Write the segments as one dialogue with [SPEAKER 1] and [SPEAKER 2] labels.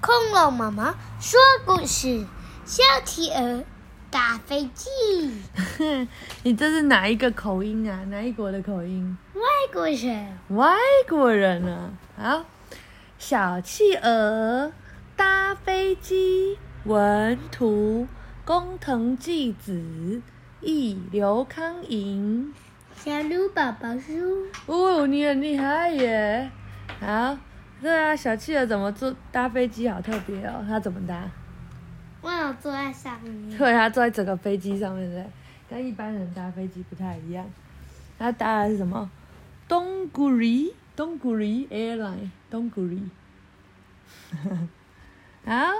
[SPEAKER 1] 恐龙妈妈说故事：小企鹅打飞机。
[SPEAKER 2] 你这是哪一个口音啊？哪一国的口音？
[SPEAKER 1] 外国人
[SPEAKER 2] 外国人啊！好，小企鹅搭飞机，文图工藤纪子，译刘康莹。
[SPEAKER 1] 小鹿宝宝说
[SPEAKER 2] 哦，你很厉害耶！好，对啊，小企鹅怎么坐搭飞机？好特别哦，它怎么搭？：“
[SPEAKER 1] 我有坐在上面。
[SPEAKER 2] 对，他坐在整个飞机上面，对不对，跟一般人搭飞机不太一样。他搭的是什么？东古里，东古里 airline，东古里。 好，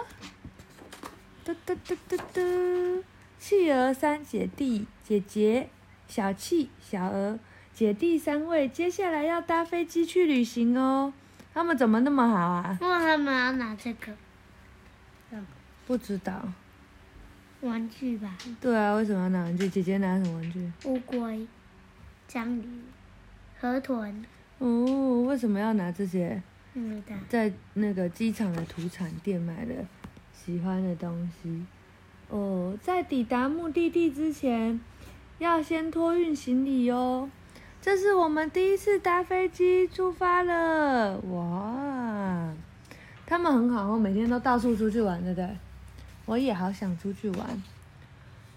[SPEAKER 2] 嘟嘟嘟嘟嘟，企鹅三姐弟姐姐小企小鹅姐弟三位，接下来要搭飞机去旅行哦。他们怎么那么好啊”？
[SPEAKER 1] 为什么要拿这个
[SPEAKER 2] 不知道。
[SPEAKER 1] 玩具吧？
[SPEAKER 2] 对啊，为什么要拿玩具？姐姐拿什么玩具？
[SPEAKER 1] 乌龟、章鱼、河豚，
[SPEAKER 2] 哦，为什么要拿这些
[SPEAKER 1] 嗯的。
[SPEAKER 2] 在那个机场的土产店买的喜欢的东西？哦，在抵达目的地之前，要先托运行李哦。这是我们第一次搭飞机出发了，哇！他们很好哦，每天都到处出去玩，对不对？我也好想出去玩。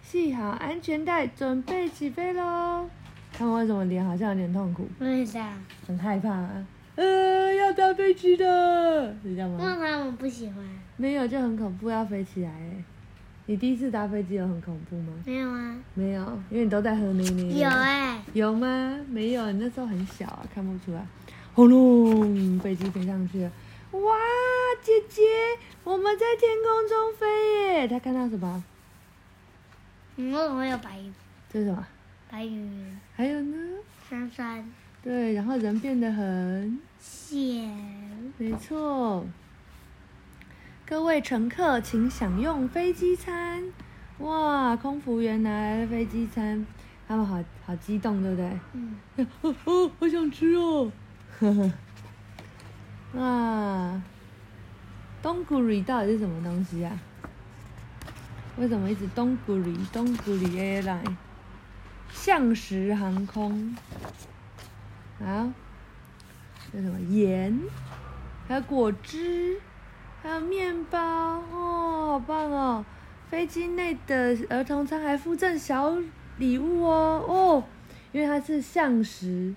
[SPEAKER 2] 系好安全带，准备起飞喽！他们为什么脸好像有点痛苦？
[SPEAKER 1] 为啥？
[SPEAKER 2] 很害怕、啊，呃，要搭飞机的，是这样
[SPEAKER 1] 因
[SPEAKER 2] 吗？
[SPEAKER 1] 为他们不喜欢。
[SPEAKER 2] 没有，就很恐怖，要飞起来欸。你第一次搭飞机有很恐怖吗？
[SPEAKER 1] 没有啊？
[SPEAKER 2] 没有，因为你都在喝奶奶。
[SPEAKER 1] 有哎、
[SPEAKER 2] 有吗？没有，你那时候很小啊，看不出来。轰隆，飞机飞上去了。哇，姐姐，我们在天空中飞耶！她看到什么？
[SPEAKER 1] 你为什么有白
[SPEAKER 2] 这是什么？
[SPEAKER 1] 白云、
[SPEAKER 2] 还有呢？
[SPEAKER 1] 珊珊、
[SPEAKER 2] 对，然后人变得很
[SPEAKER 1] 蟹？
[SPEAKER 2] 没错，各位乘客，请享用飞机餐。哇，空服员拿来了飞机餐，他们好好激动，对不对？
[SPEAKER 1] 嗯，
[SPEAKER 2] 哦哦， 好想吃哦！呵呵。哇，东古里到底是什么东西啊？为什么一直东古里东古里 airline？象石航空。啊，有什么盐，还有果汁，还有面包哦，好棒哦！飞机内的儿童餐还附赠小礼物哦哦，因为它是象石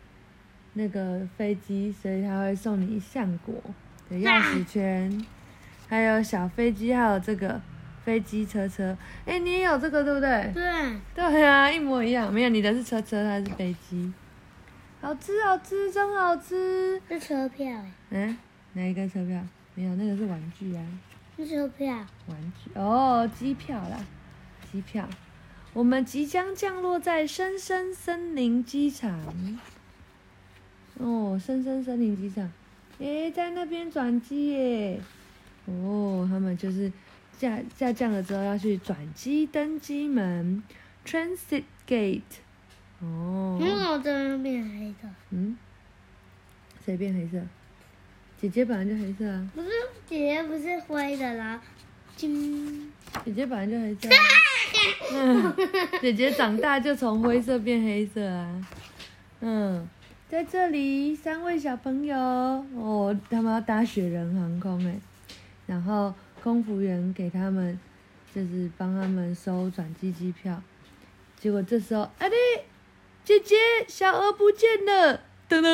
[SPEAKER 2] 那个飞机，所以它会送你橡果的钥匙圈，还有小飞机，还有这个飞机车车。哎，你也有这个对不对？
[SPEAKER 1] 对，
[SPEAKER 2] 对啊，一模一样。没有你的是车车，它是飞机。好吃，好吃，真好吃。
[SPEAKER 1] 是车票哎、
[SPEAKER 2] 嗯，哪一个车票？没有，那个是玩具啊，
[SPEAKER 1] 是车票。
[SPEAKER 2] 玩具哦，机票啦，机票。我们即将降落在深深森林机场。哦，深深森林机场，诶，在那边转机耶。哦，他们就是下下降了之后要去转机登机门 （transit gate）。哦，
[SPEAKER 1] 为什么这边变黑的？
[SPEAKER 2] 嗯，谁变黑色？姐姐本来就黑色啊，
[SPEAKER 1] 不是姐姐不是灰的啦，金
[SPEAKER 2] 姐姐本来就黑色、啊。嗯， 姐姐长大就从灰色变黑色啊。嗯，在这里三位小朋友，哦，他们要搭雪人航空哎，然后空服员给他们就是帮他们收转机机票，结果这时候，阿、啊、丽，姐姐，小鹅不见了，噔噔，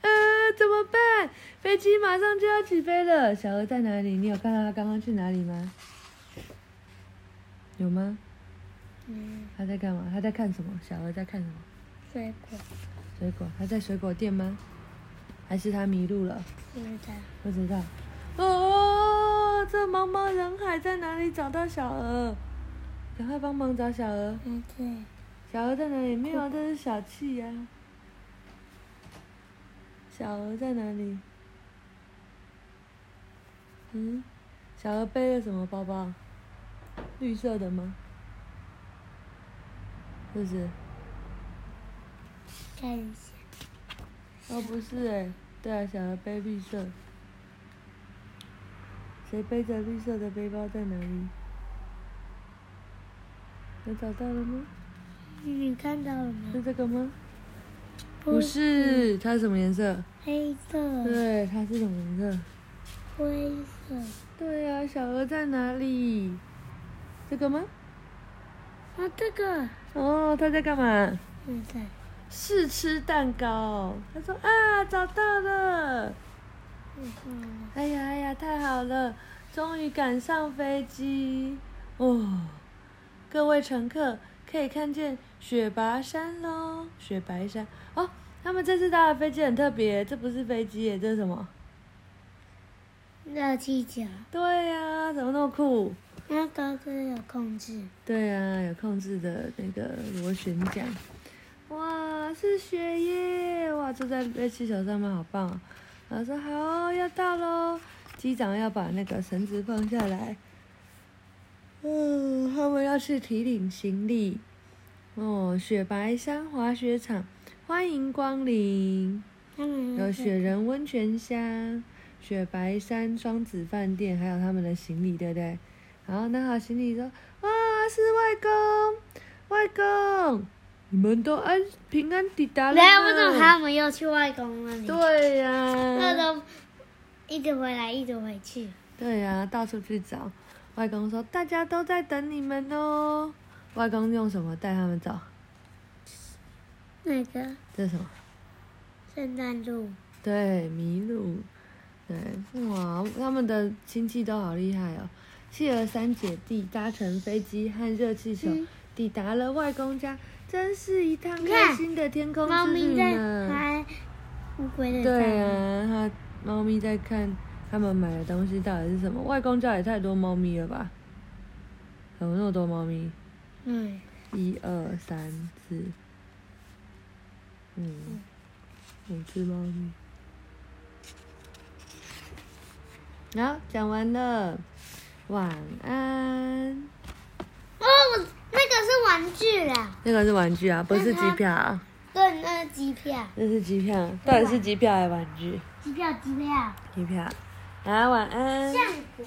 [SPEAKER 2] 呃，怎么办？飞机马上就要起飞了，小鹅在哪里？你有看到它刚刚去哪里吗？有吗？
[SPEAKER 1] 嗯
[SPEAKER 2] 他在干嘛？他在看什么？小鹅在看什么？
[SPEAKER 1] 水果，
[SPEAKER 2] 水果？他在水果店吗？还是他迷路了？
[SPEAKER 1] 嗯的，
[SPEAKER 2] 不知道。哦，这茫茫人海，在哪里找到小鹅？赶快帮忙找小鹅！
[SPEAKER 1] 嗯对，
[SPEAKER 2] 小鹅在哪里？没有，啊这是小气呀、小鹅在哪里？嗯，小鹅背了什么包包？绿色的吗？是不是？
[SPEAKER 1] 看一下，
[SPEAKER 2] 欸哦，不是哎，对啊，小的 baby 色。谁背着绿色的背包在哪里？有找到了吗？
[SPEAKER 1] 你看到了吗？
[SPEAKER 2] 是这个吗？不，是，嗯它是什么颜色？
[SPEAKER 1] 黑色、
[SPEAKER 2] 对，它是什么颜色？
[SPEAKER 1] 灰色，
[SPEAKER 2] 对呀、小鹅在哪里？这个吗？
[SPEAKER 1] 啊，这个，
[SPEAKER 2] 哦，它在干嘛？
[SPEAKER 1] 嗯，对，
[SPEAKER 2] 试吃蛋糕。他说啊，找到了！
[SPEAKER 1] 嗯，
[SPEAKER 2] 哎呀哎呀，太好了，终于赶上飞机哦！各位乘客可以看见雪白山喽，雪白山哦。他们这次搭的飞机很特别，这不是飞机耶，这是什么？
[SPEAKER 1] 热气球，
[SPEAKER 2] 对呀、怎么那么酷？
[SPEAKER 1] 那个是有控制，
[SPEAKER 2] 对啊，有控制的那个螺旋桨。哇，是雪耶！哇，坐在热气球上面好棒、哦。然后说好哦，要到喽，机长要把那个绳子放下来。嗯，他们要去提领行李。哦，雪白山滑雪场，欢迎光临。
[SPEAKER 1] 他们
[SPEAKER 2] 有
[SPEAKER 1] 那
[SPEAKER 2] 雪
[SPEAKER 1] 个
[SPEAKER 2] 人温泉乡、雪白山双子饭店，还有他们的行李，对不对？然后拿好行李说：“哇，是外公，外公，你们都安平安抵达了吗
[SPEAKER 1] 然后为什么他们又去外公那里？
[SPEAKER 2] 对啊呀、
[SPEAKER 1] 那都一直回来，一直回去。
[SPEAKER 2] 对呀、到处去找。外公说：“大家都在等你们哦。”外公用什么带他们找？
[SPEAKER 1] 那个
[SPEAKER 2] 这是什么？
[SPEAKER 1] 圣诞树，
[SPEAKER 2] 对，麋鹿，对，哇，他们的亲戚都好厉害哦。企鹅三姐弟搭乘飞机和热气球、
[SPEAKER 1] 嗯
[SPEAKER 2] 抵达了外公家，真是一趟
[SPEAKER 1] 你
[SPEAKER 2] 开
[SPEAKER 1] 看
[SPEAKER 2] 心的天空
[SPEAKER 1] 猫
[SPEAKER 2] 之
[SPEAKER 1] 咪
[SPEAKER 2] 旅
[SPEAKER 1] 在
[SPEAKER 2] 呢。
[SPEAKER 1] 拍乌龟的
[SPEAKER 2] 对
[SPEAKER 1] 照片
[SPEAKER 2] 啊，它猫咪在看他们买的东西到底是什么。外公家也太多猫咪了吧？怎么那么多猫咪？
[SPEAKER 1] 嗯，
[SPEAKER 2] 一二三四，嗯，五只猫咪。好，讲完了，晚安。
[SPEAKER 1] 哦，我那个是玩具啦，
[SPEAKER 2] 那个是玩具啊，不是机票啊，
[SPEAKER 1] 对，那是机票，
[SPEAKER 2] 那是机票，到底是机票还是玩具？
[SPEAKER 1] 机票，机票，
[SPEAKER 2] 机票。好，晚安。
[SPEAKER 1] 橡果。